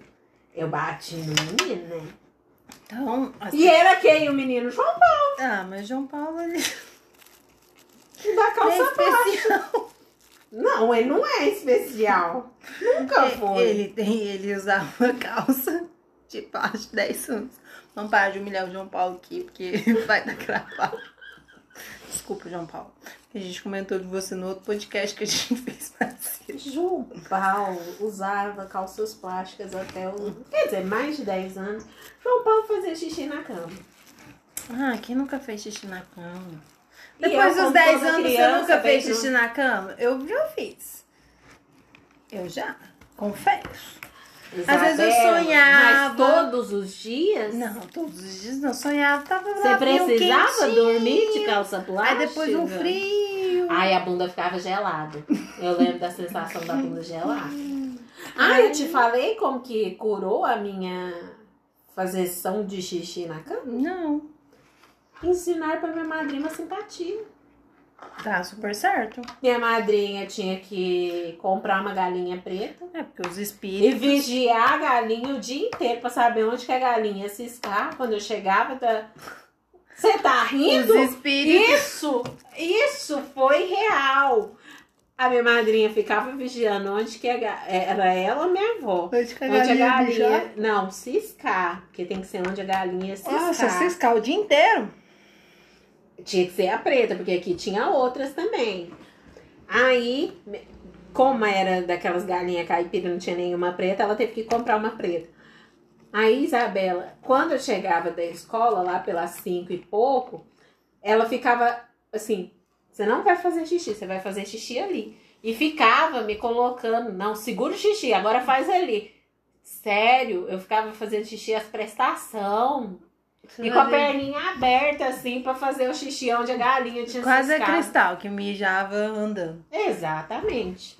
Speaker 1: Eu bati no menino, né?
Speaker 2: Então, assim,
Speaker 1: E era quem o menino? João
Speaker 2: ah, mas João Paulo ele
Speaker 1: Paulo da
Speaker 2: é
Speaker 1: calça baixa.
Speaker 2: especial.
Speaker 1: Não, ele não é especial. Nunca foi.
Speaker 2: É, Ele, tem- ele usava uma calça de baixo 10 anos. Não para de humilhar o João Paulo aqui, porque vai dar cravado. Desculpa, João Paulo. A gente comentou de você no outro podcast que a gente fez mais cedo.
Speaker 1: João Paulo usava calças plásticas até o. Quer dizer, mais de 10 anos. João Paulo fazia xixi na cama.
Speaker 2: Ah, quem nunca fez xixi na cama?
Speaker 1: E eu,
Speaker 2: Depois dos
Speaker 1: como
Speaker 2: 10
Speaker 1: toda
Speaker 2: anos,
Speaker 1: criança,
Speaker 2: você nunca fez
Speaker 1: feito-
Speaker 2: xixi na cama? Eu já fiz. Eu já, confesso. Às vezes eu
Speaker 1: Isabela,
Speaker 2: sonhava.
Speaker 1: Mas todos os dias?
Speaker 2: Não, todos os dias não. Sonhava, tava lá,
Speaker 1: Você
Speaker 2: vinha um
Speaker 1: precisava
Speaker 2: quentinho,
Speaker 1: dormir de calça
Speaker 2: Aí
Speaker 1: plástica?
Speaker 2: depois um frio.
Speaker 1: Ai, a bunda ficava gelada. Eu lembro da sensação da bunda gelada. Ah, eu te falei como que curou a minha fazerção de xixi na cama?
Speaker 2: Não,
Speaker 1: Ensinar pra minha madrinha uma simpatia.
Speaker 2: tá super certo.
Speaker 1: Minha madrinha tinha que comprar uma galinha preta
Speaker 2: É porque os
Speaker 1: e
Speaker 2: espíritos.
Speaker 1: vigiar a galinha o dia inteiro pra saber onde que a galinha se está quando eu chegava da... Você tá rindo?
Speaker 2: Os espíritos.
Speaker 1: Isso, isso foi real. A minha madrinha ficava vigiando onde que a ga- era ela ou minha avó.
Speaker 2: Onde que a
Speaker 1: Onde a
Speaker 2: galinha
Speaker 1: galinha. Não, ciscar. Porque tem que ser onde a galinha ciscar.
Speaker 2: Nossa, ciscar o dia inteiro.
Speaker 1: Tinha que ser a preta, porque aqui tinha outras também. Aí, me- como era daquelas galinhas caipira, não tinha nenhuma preta, ela teve que comprar uma preta. Aí, Isabela, quando eu chegava da escola, lá pelas cinco e pouco, ela ficava assim: você não vai fazer xixi, você vai fazer xixi ali. E ficava me colocando: não, segura o xixi, agora faz ali. Sério, eu ficava fazendo xixi às prestações. E com a perninha aberta, assim, pra fazer o xixi onde a galinha tinha
Speaker 2: Quase é
Speaker 1: ciscado.
Speaker 2: cristal que mijava andando.
Speaker 1: Exatamente.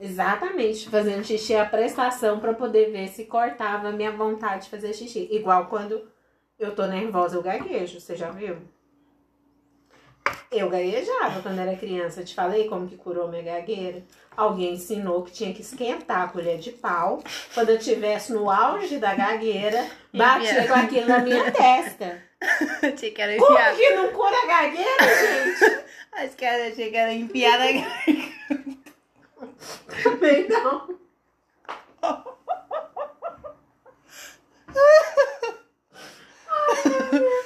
Speaker 1: Exatamente. Fazendo xixi à prestação pra poder ver se cortava a minha vontade de fazer xixi. Igual quando eu tô nervosa, eu gaguejo. Você já viu? Eu gaguejava quando era criança. Eu te falei como que curou minha gagueira. Alguém ensinou que tinha que esquentar a colher de pau. Quando eu estivesse no auge da gagueira, batia com aquilo na minha testa.
Speaker 2: Achei que era
Speaker 1: Como
Speaker 2: enfiada.
Speaker 1: que não cura é a gagueira, gente?
Speaker 2: Acho que era, achei que era enfiada.
Speaker 1: Também não.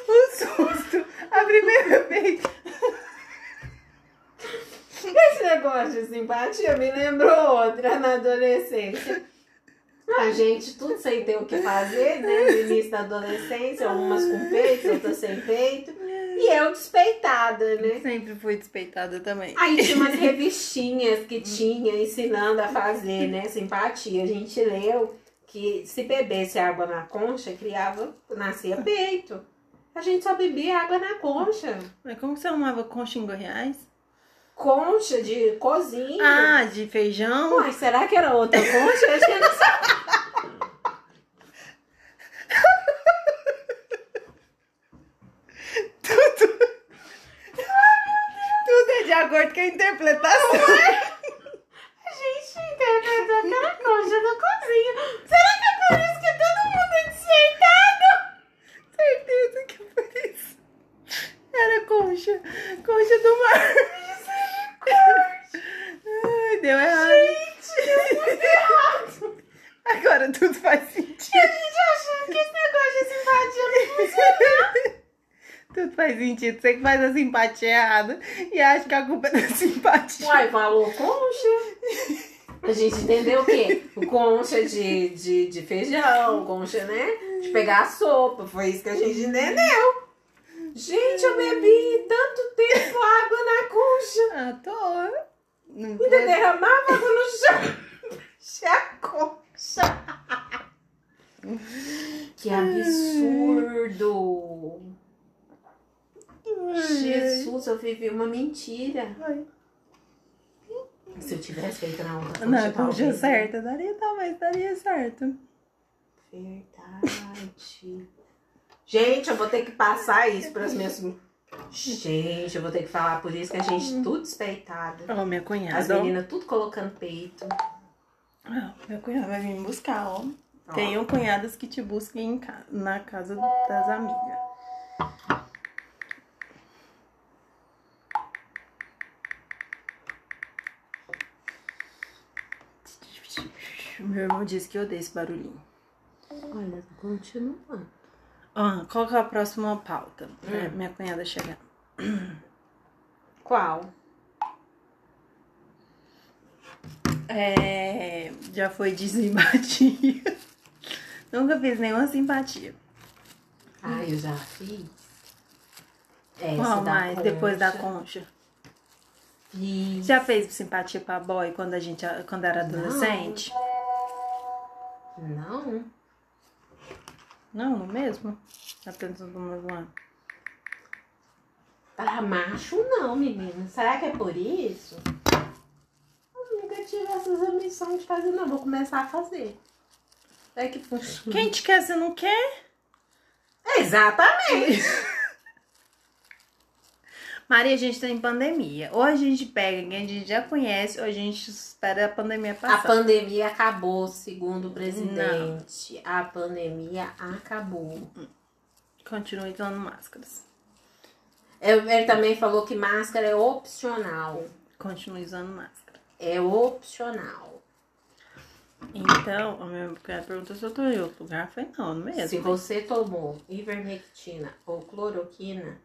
Speaker 2: Um susto. A primeira vez.
Speaker 1: Esse negócio de simpatia me lembrou outra na adolescência. A gente tudo sem ter o que fazer, né? No início da adolescência, algumas com peito, outras sem peito. E eu despeitada, né?
Speaker 2: Sempre fui despeitada também.
Speaker 1: Aí tinha umas revistinhas que tinha ensinando a fazer, né? Simpatia. A gente leu que se bebesse água na concha, criava, nascia peito. A gente só bebia água na concha.
Speaker 2: Mas como que você arrumava concha em reais?
Speaker 1: Concha de cozinha.
Speaker 2: Ah, de feijão?
Speaker 1: Uai, será que era outra concha? Eu acho que não sabe.
Speaker 2: Tudo é de acordo com a interpretação.
Speaker 1: Gente, interpretou
Speaker 2: faz sentido. Você que faz a simpatia errada e acha que a culpa é da simpatia.
Speaker 1: Uai, falou concha. A gente entendeu o quê? O concha de, de, de feijão, concha, né? De pegar a sopa. Foi isso que a gente entendeu. Gente, eu bebi tanto tempo água na concha.
Speaker 2: Ah, tô. Não
Speaker 1: Ainda
Speaker 2: foi-
Speaker 1: derramava água no chão. Chacocha. Que absurdo. Jesus, eu vivi uma mentira.
Speaker 2: Ai.
Speaker 1: Se eu tivesse feito na outra
Speaker 2: Não, como deu
Speaker 1: talvez.
Speaker 2: certo, daria talvez, daria certo.
Speaker 1: Verdade. Gente, eu vou ter que passar isso para as minhas. Gente, eu vou ter que falar por isso que a gente tudo despeitada.
Speaker 2: Ó, minha cunhada.
Speaker 1: As meninas tudo colocando peito.
Speaker 2: Ah, meu cunhado vai vir me buscar, ó.
Speaker 1: Ó,
Speaker 2: Tenho cunhadas que te busquem em ca- na casa das amigas. Meu irmão disse que odeia esse barulhinho.
Speaker 1: Olha, continua.
Speaker 2: Ah, qual que é a próxima pauta? Pra
Speaker 1: Hum.
Speaker 2: minha cunhada chegar.
Speaker 1: Qual?
Speaker 2: É, já foi de simpatia. Nunca fiz nenhuma simpatia.
Speaker 1: Ah, eu já fiz. Essa
Speaker 2: Qual
Speaker 1: da
Speaker 2: mais? Depois da
Speaker 1: concha.
Speaker 2: concha.
Speaker 1: Fiz.
Speaker 2: Já fez simpatia pra boy quando a gente quando era adolescente?
Speaker 1: Não.
Speaker 2: Não, não mesmo? Tá Apenas do mesmo ano.
Speaker 1: Pra macho, não, menina. Será que é por isso? Eu nunca tive essas ambições de fazer, não. Vou começar a fazer. É que funciona.
Speaker 2: Quem te quer, você não quer?
Speaker 1: Exatamente.
Speaker 2: Maria, a gente tá em pandemia. Ou a gente pega quem a gente já conhece, ou a gente espera a pandemia
Speaker 1: A
Speaker 2: passar.
Speaker 1: pandemia acabou, segundo o presidente. A pandemia acabou.
Speaker 2: Continue usando máscaras.
Speaker 1: Eu- Ele também falou que máscara é opcional.
Speaker 2: Continue usando máscara.
Speaker 1: É opcional.
Speaker 2: Então, a minha cara perguntou se eu tô em outro lugar. Foi não, não
Speaker 1: Se
Speaker 2: mesmo. né?
Speaker 1: você tomou ivermectina ou cloroquina,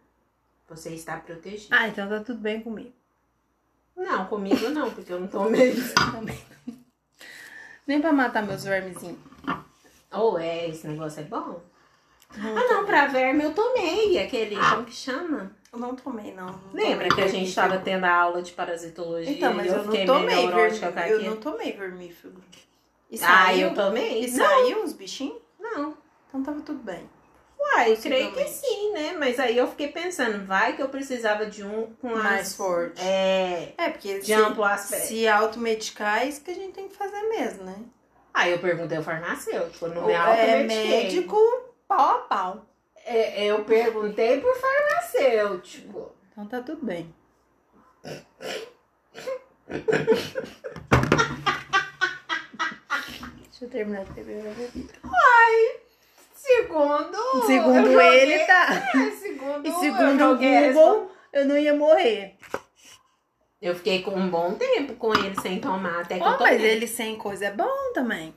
Speaker 1: você está protegido.
Speaker 2: Ah, então tá tudo bem comigo.
Speaker 1: Não, comigo não, porque eu não tomei.
Speaker 2: Nem pra matar meus vermezinhos.
Speaker 1: Ou é, esse negócio é bom? Ah, não, pra verme eu tomei aquele, como que chama?
Speaker 2: Eu não tomei, não.
Speaker 1: Lembra que a gente tava tendo a aula de parasitologia
Speaker 2: Então, mas
Speaker 1: e
Speaker 2: eu,
Speaker 1: eu,
Speaker 2: não
Speaker 1: fiquei
Speaker 2: tomei
Speaker 1: meio neurótica com
Speaker 2: vermífugo. Eu
Speaker 1: aquilo?
Speaker 2: não tomei vermífugo. E
Speaker 1: Ah,
Speaker 2: saiu?
Speaker 1: eu tomei? é
Speaker 2: E saiu os bichinhos?
Speaker 1: Não.
Speaker 2: Então tava tudo bem.
Speaker 1: Uai, eu creio que
Speaker 2: Possivelmente.
Speaker 1: sim, né? Mas aí eu fiquei pensando, vai que eu precisava de um com
Speaker 2: Mais
Speaker 1: as-
Speaker 2: forte.
Speaker 1: É,
Speaker 2: É, porque
Speaker 1: de
Speaker 2: se,
Speaker 1: amplo aspecto.
Speaker 2: se automedicar é isso que a gente tem que fazer mesmo, né?
Speaker 1: Aí eu perguntei ao farmacêutico, não
Speaker 2: Ou
Speaker 1: é
Speaker 2: é
Speaker 1: automediquei.
Speaker 2: médico, pau a pau.
Speaker 1: É, eu perguntei pro farmacêutico.
Speaker 2: Então tá tudo bem. Deixa eu terminar de beber.
Speaker 1: Segundo, Oh, eu
Speaker 2: Segundo
Speaker 1: joguei-
Speaker 2: ele, tá.
Speaker 1: É, segundo,
Speaker 2: E
Speaker 1: eu
Speaker 2: segundo o
Speaker 1: joguei a
Speaker 2: Google, eu não ia morrer.
Speaker 1: Eu fiquei com um bom tempo com ele sem tomar, até que
Speaker 2: Ó,
Speaker 1: eu tomei.
Speaker 2: Ah, mas ele sem coisa é bom também.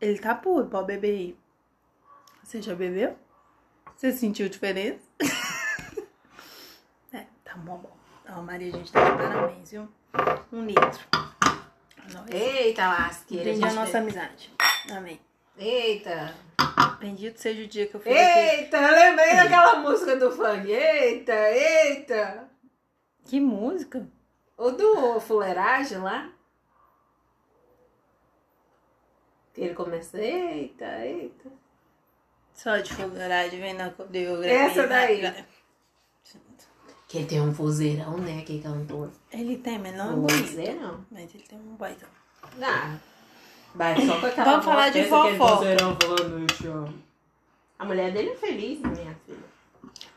Speaker 2: Ele tá puro, pode beber aí. Você já bebeu? Você sentiu diferença? é, tá mó bom. Ó, Maria, a gente tá de parabéns, viu? Um litro. É nóis.
Speaker 1: Eita, lasqueira.
Speaker 2: Brinde a
Speaker 1: gente...
Speaker 2: nossa amizade. Amém.
Speaker 1: Eita.
Speaker 2: Bendito seja o dia que eu fui aqui.
Speaker 1: Eita, lembrei daquela música do funk. Eita, eita.
Speaker 2: Que música?
Speaker 1: O do fuleiragem lá. Que ele começa, eita, eita.
Speaker 2: Só de fuleiragem vem na coreografia.
Speaker 1: Essa daí.
Speaker 2: né?
Speaker 1: Que tem um fuzeirão, né, que cantou.
Speaker 2: Ele tem, mas não é
Speaker 1: um
Speaker 2: bonito.
Speaker 1: fuzeirão.
Speaker 2: Mas ele tem um baitão.
Speaker 1: Ah, vai só com aquela
Speaker 2: Vamos falar
Speaker 1: voz
Speaker 2: de
Speaker 1: dessa, aquele
Speaker 2: fofoca.
Speaker 1: fuzeirão falando, eu te amo. A mulher dele é feliz, minha filha.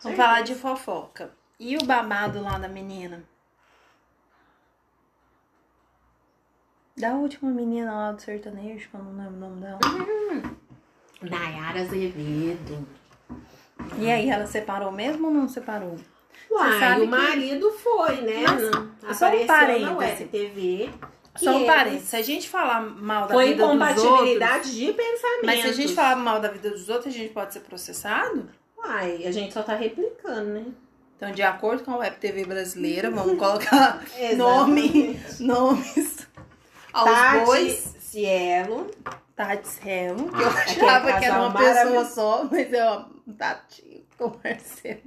Speaker 2: Vamos falar de fofoca. E o babado lá da menina? Da última menina lá do sertanejo, que eu não lembro o nome dela.
Speaker 1: Uhum. Nayara Azevedo.
Speaker 2: E aí, ela separou mesmo ou não separou? Você
Speaker 1: Uai,
Speaker 2: sabe
Speaker 1: o
Speaker 2: que-
Speaker 1: marido foi, né?
Speaker 2: Mas,
Speaker 1: Não-
Speaker 2: só um
Speaker 1: Apareceu na
Speaker 2: parêntese.
Speaker 1: UFTV. que
Speaker 2: Só um
Speaker 1: eles-
Speaker 2: parênteses, se a gente falar mal da
Speaker 1: Foi
Speaker 2: vida dos outros...
Speaker 1: incompatibilidade de pensamento.
Speaker 2: Mas se a gente falar mal da vida dos outros, a gente pode ser processado?
Speaker 1: Uai, a gente só tá replicando, né?
Speaker 2: Então, de acordo com a Web TV brasileira, vamos colocar nome, nomes aos
Speaker 1: Tati,
Speaker 2: bois.
Speaker 1: Cielo.
Speaker 2: Tati Cielo, que eu
Speaker 1: Aquele
Speaker 2: achava que era
Speaker 1: é um casal
Speaker 2: uma pessoa
Speaker 1: maravilhoso.
Speaker 2: só, mas é uma Tati com Marcelo.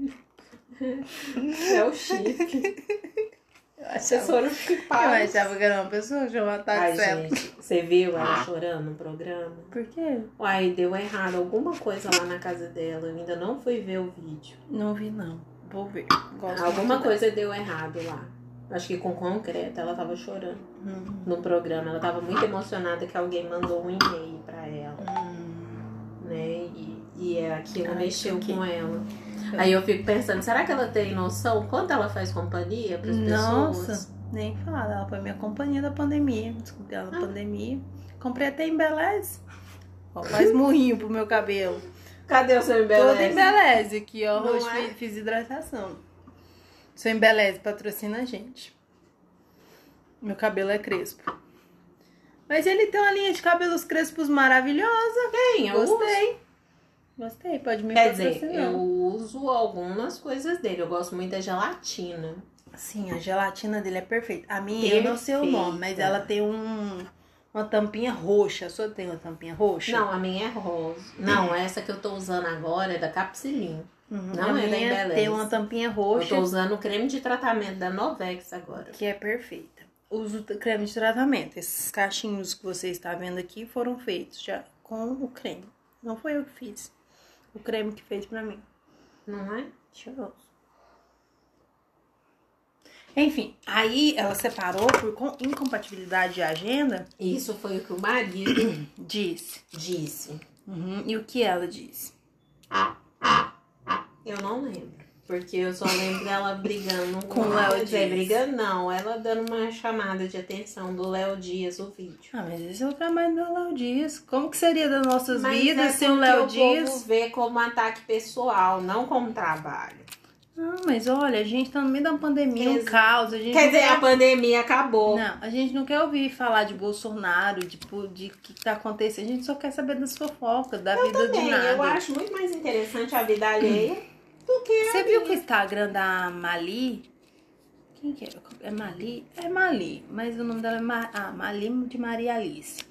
Speaker 1: É o Chip.
Speaker 2: Eu
Speaker 1: Vocês
Speaker 2: achava,
Speaker 1: foram
Speaker 2: eu
Speaker 1: ocupados.
Speaker 2: achava que era uma pessoa chamada
Speaker 1: Ai,
Speaker 2: Tati Cielo.
Speaker 1: gente, você viu ela chorando no programa?
Speaker 2: Por quê?
Speaker 1: Uai, deu errado alguma coisa lá na casa dela. Eu ainda não fui ver o vídeo.
Speaker 2: Não vi, não. Vou ver. Gosto
Speaker 1: Alguma
Speaker 2: muito
Speaker 1: coisa deu errado lá. Acho que com concreto ela tava chorando
Speaker 2: dela. Hum,
Speaker 1: no programa. Ela tava muito emocionada que alguém mandou um e-mail pra ela,
Speaker 2: hum.
Speaker 1: né? E, e é aquilo
Speaker 2: Ah,
Speaker 1: mexeu
Speaker 2: isso aqui.
Speaker 1: com ela. Aí eu fico pensando, será que ela tem noção quanto ela faz companhia pras pessoas?
Speaker 2: Nossa, nem fala. Ela foi minha companhia da pandemia. Descobri ela na
Speaker 1: Ah.
Speaker 2: pandemia. Comprei até embeleze. Ó, faz murrinho pro meu cabelo.
Speaker 1: Cadê o seu
Speaker 2: Toda
Speaker 1: embeleze?
Speaker 2: embeleze aqui, ó.
Speaker 1: Não
Speaker 2: Hoje
Speaker 1: é?
Speaker 2: fi- fiz hidratação. Seu embeleze patrocina a gente. Meu cabelo é crespo. Mas ele tem uma linha de cabelos crespos maravilhosa.
Speaker 1: Tem, eu uso.
Speaker 2: Gostei. Gostei, pode me
Speaker 1: Quer
Speaker 2: patrocinar.
Speaker 1: dizer, eu uso algumas coisas dele. Eu gosto muito da gelatina.
Speaker 2: Sim, a gelatina dele é perfeita. A minha eu não sei o nome, mas
Speaker 1: Perfeita.
Speaker 2: ela tem um uma tampinha roxa. A sua tem uma tampinha roxa?
Speaker 1: Não, a minha é rosa. Não, essa que eu tô usando agora é da Capsilin.
Speaker 2: Uhum,
Speaker 1: não
Speaker 2: a
Speaker 1: é da
Speaker 2: minha
Speaker 1: Embeleze.
Speaker 2: tem uma tampinha
Speaker 1: Eu tô
Speaker 2: roxa
Speaker 1: usando o creme de tratamento da Novex agora.
Speaker 2: que é perfeita. Uso t- creme de tratamento. Esses cachinhos que você está vendo aqui foram feitos já com o creme. Não foi eu que fiz. O creme que fez pra mim.
Speaker 1: Não é?
Speaker 2: Cheiroso. Enfim, aí ela separou por com- incompatibilidade de agenda.
Speaker 1: Isso foi o que o marido
Speaker 2: Disse.
Speaker 1: disse.
Speaker 2: Uhum, E o que ela disse?
Speaker 1: Eu não lembro. Porque eu só lembro dela brigando
Speaker 2: Com o Léo
Speaker 1: Quer dizer,
Speaker 2: Dias.
Speaker 1: brigando não. Ela dando uma chamada de atenção do Léo Dias, o vídeo.
Speaker 2: Ah, mas esse é o trabalho do Léo Dias. Como que seria das nossas
Speaker 1: Mas
Speaker 2: vidas
Speaker 1: é
Speaker 2: sem o
Speaker 1: porque
Speaker 2: Léo
Speaker 1: o
Speaker 2: Dias?
Speaker 1: povo vê como ataque pessoal, não como trabalho.
Speaker 2: Não, mas olha, a gente tá no meio da pandemia, um
Speaker 1: Exato.
Speaker 2: caos. A gente
Speaker 1: Quer
Speaker 2: não
Speaker 1: dizer, a
Speaker 2: quer...
Speaker 1: pandemia acabou.
Speaker 2: Não, a gente não quer ouvir falar de Bolsonaro, de o de o que tá acontecendo. A gente só quer saber das fofocas, da vida de
Speaker 1: Bem,
Speaker 2: nada.
Speaker 1: eu acho muito mais interessante a vida alheia do que é
Speaker 2: Você viu que o Instagram da Mali? Quem que é? É Mali? É Mali, mas o nome dela é Ma... ah, Mali de Maria Alice,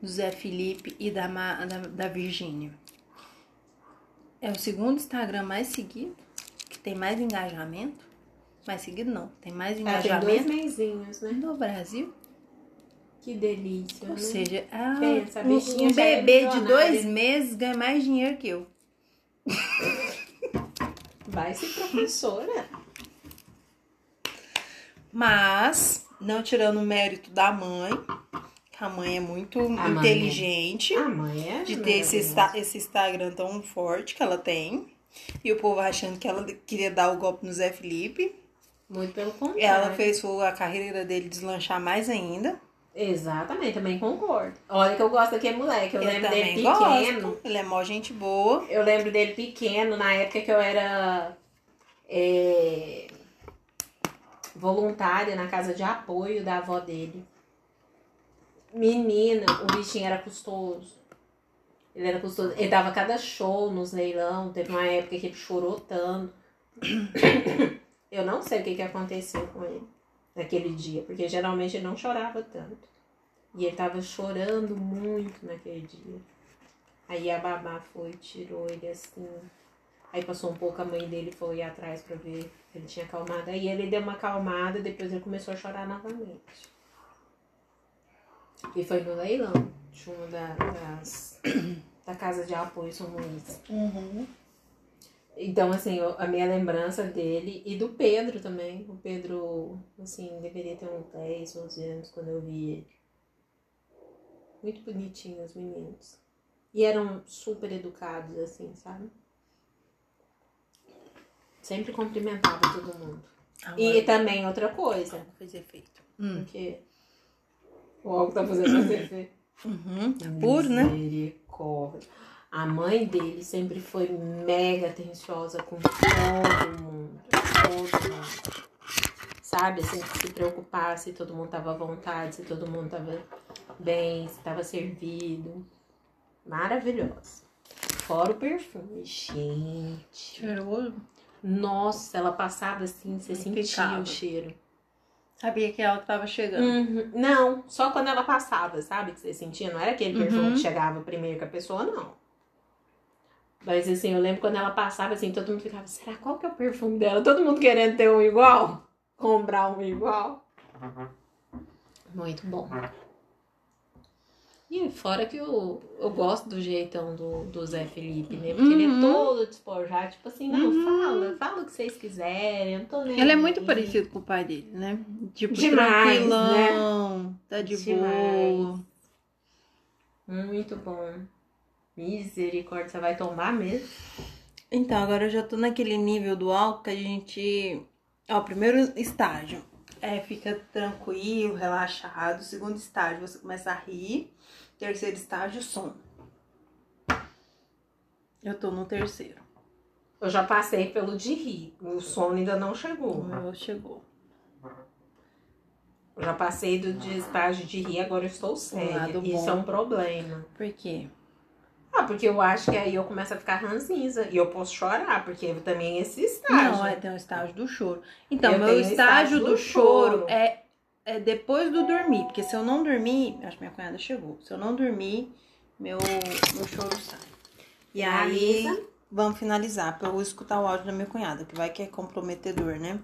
Speaker 2: do Zé Felipe e da, Ma... da... da Virgínia. É o segundo Instagram mais seguido, que tem mais engajamento. Mais seguido não, tem mais
Speaker 1: Ela É, tem dois
Speaker 2: Hum, engajamento
Speaker 1: meizinhos, né?
Speaker 2: no Brasil.
Speaker 1: Que delícia.
Speaker 2: Ou
Speaker 1: né?
Speaker 2: seja, ah,
Speaker 1: Pensa, a
Speaker 2: um,
Speaker 1: bichinha
Speaker 2: um
Speaker 1: já é
Speaker 2: bebê de
Speaker 1: milionária.
Speaker 2: dois meses ganha mais dinheiro que eu.
Speaker 1: Vai ser professora.
Speaker 2: Mas, não tirando o mérito da mãe, que a mãe é muito
Speaker 1: mãe.
Speaker 2: inteligente
Speaker 1: A mãe é.
Speaker 2: de ter
Speaker 1: maravilhosa.
Speaker 2: esse, insta- esse Instagram tão forte que ela tem. E o povo achando que ela queria dar o golpe no Zé Felipe.
Speaker 1: Muito pelo contrário.
Speaker 2: Ela fez o- a carreira dele deslanchar mais ainda.
Speaker 1: Exatamente, também concordo. Olha que eu gosto daquele moleque. Eu, lembro dele
Speaker 2: também
Speaker 1: pequeno.
Speaker 2: gosto. Ele é mó gente boa.
Speaker 1: Eu lembro dele pequeno, na época que eu era é, voluntária na casa de apoio da avó dele. Menina, o bichinho era custoso. Ele era custoso. Ele dava cada show nos leilão. Teve uma época que ele chorou tanto. Eu não sei o que, que aconteceu com ele naquele dia, porque geralmente ele não chorava tanto. E ele tava chorando muito naquele dia. Aí a babá foi, tirou ele assim. Aí passou um pouco, a mãe dele foi atrás pra ver se ele tinha acalmado. Aí ele deu uma acalmada, depois ele começou a chorar novamente. E foi no leilão, de uma da, das- da casa de apoio São Luís. Uhum. Então, assim, eu- a minha lembrança dele e do Pedro também. O Pedro, assim, deveria ter uns 10, 11 anos quando eu vi ele. Muito bonitinho, os meninos. E eram super educados, assim, sabe? Sempre cumprimentava todo mundo. E também outra coisa,
Speaker 2: Coisa Hum. feita.
Speaker 1: porque o álcool tá fazendo você ver.
Speaker 2: Uhum. Tá puro, né?
Speaker 1: Misericórdia. A mãe dele sempre foi mega atenciosa com todo mundo. Todo mundo. Sabe, assim, que se preocupar se todo mundo tava à vontade, se todo mundo tava bem, se tava servido. Maravilhosa. Fora o perfume. Gente.
Speaker 2: Cheiroso.
Speaker 1: Nossa, ela passava assim, você sentia
Speaker 2: Ficava.
Speaker 1: o cheiro.
Speaker 2: Sabia que ela tava chegando.
Speaker 1: Uhum. Não, só quando ela passava, sabe? Que você sentia. Não era aquele perfume
Speaker 2: Uhum.
Speaker 1: que chegava primeiro com a pessoa, não. Mas assim, eu lembro quando ela passava, assim, todo mundo ficava, será qual que é o perfume dela? Todo mundo querendo ter um igual? Comprar um igual. Muito bom. E fora que eu, eu gosto do jeitão do, do Zé Felipe, né? Porque ele é
Speaker 2: Uhum.
Speaker 1: todo despojado, tipo assim, não,
Speaker 2: Uhum.
Speaker 1: fala, fala o que vocês quiserem, eu não tô nem
Speaker 2: Ele é muito
Speaker 1: aí.
Speaker 2: parecido com o pai dele, né? Tipo,
Speaker 1: Demais,
Speaker 2: tranquilão, tá de boa.
Speaker 1: Demais. Muito bom. Misericórdia, você vai tomar mesmo?
Speaker 2: Então, agora eu já tô naquele nível do álcool que a gente. Ó, o primeiro estágio é fica tranquilo, relaxado. O segundo estágio, você começa a rir. Terceiro estágio, sono. Eu tô no terceiro.
Speaker 1: Eu já passei pelo de rir. O sono ainda não chegou.
Speaker 2: O meu chegou.
Speaker 1: Eu já passei do de estágio de rir, agora eu estou séria.
Speaker 2: Um lado
Speaker 1: Isso
Speaker 2: bom.
Speaker 1: é um problema.
Speaker 2: Por quê?
Speaker 1: Ah, porque eu acho que aí eu começo a ficar ranzinza. E eu posso chorar, porque eu também esse estágio.
Speaker 2: Não, é, tem o estágio do choro. Então,
Speaker 1: Eu
Speaker 2: meu
Speaker 1: tenho o
Speaker 2: estágio,
Speaker 1: estágio
Speaker 2: do,
Speaker 1: do
Speaker 2: choro,
Speaker 1: choro.
Speaker 2: É, é depois do dormir. Porque se eu não dormir, acho que minha cunhada chegou. Se eu não dormir, meu, meu choro sai. E aí,
Speaker 1: Finaliza?
Speaker 2: vamos finalizar pra eu escutar o áudio da minha cunhada, que vai que é comprometedor, né?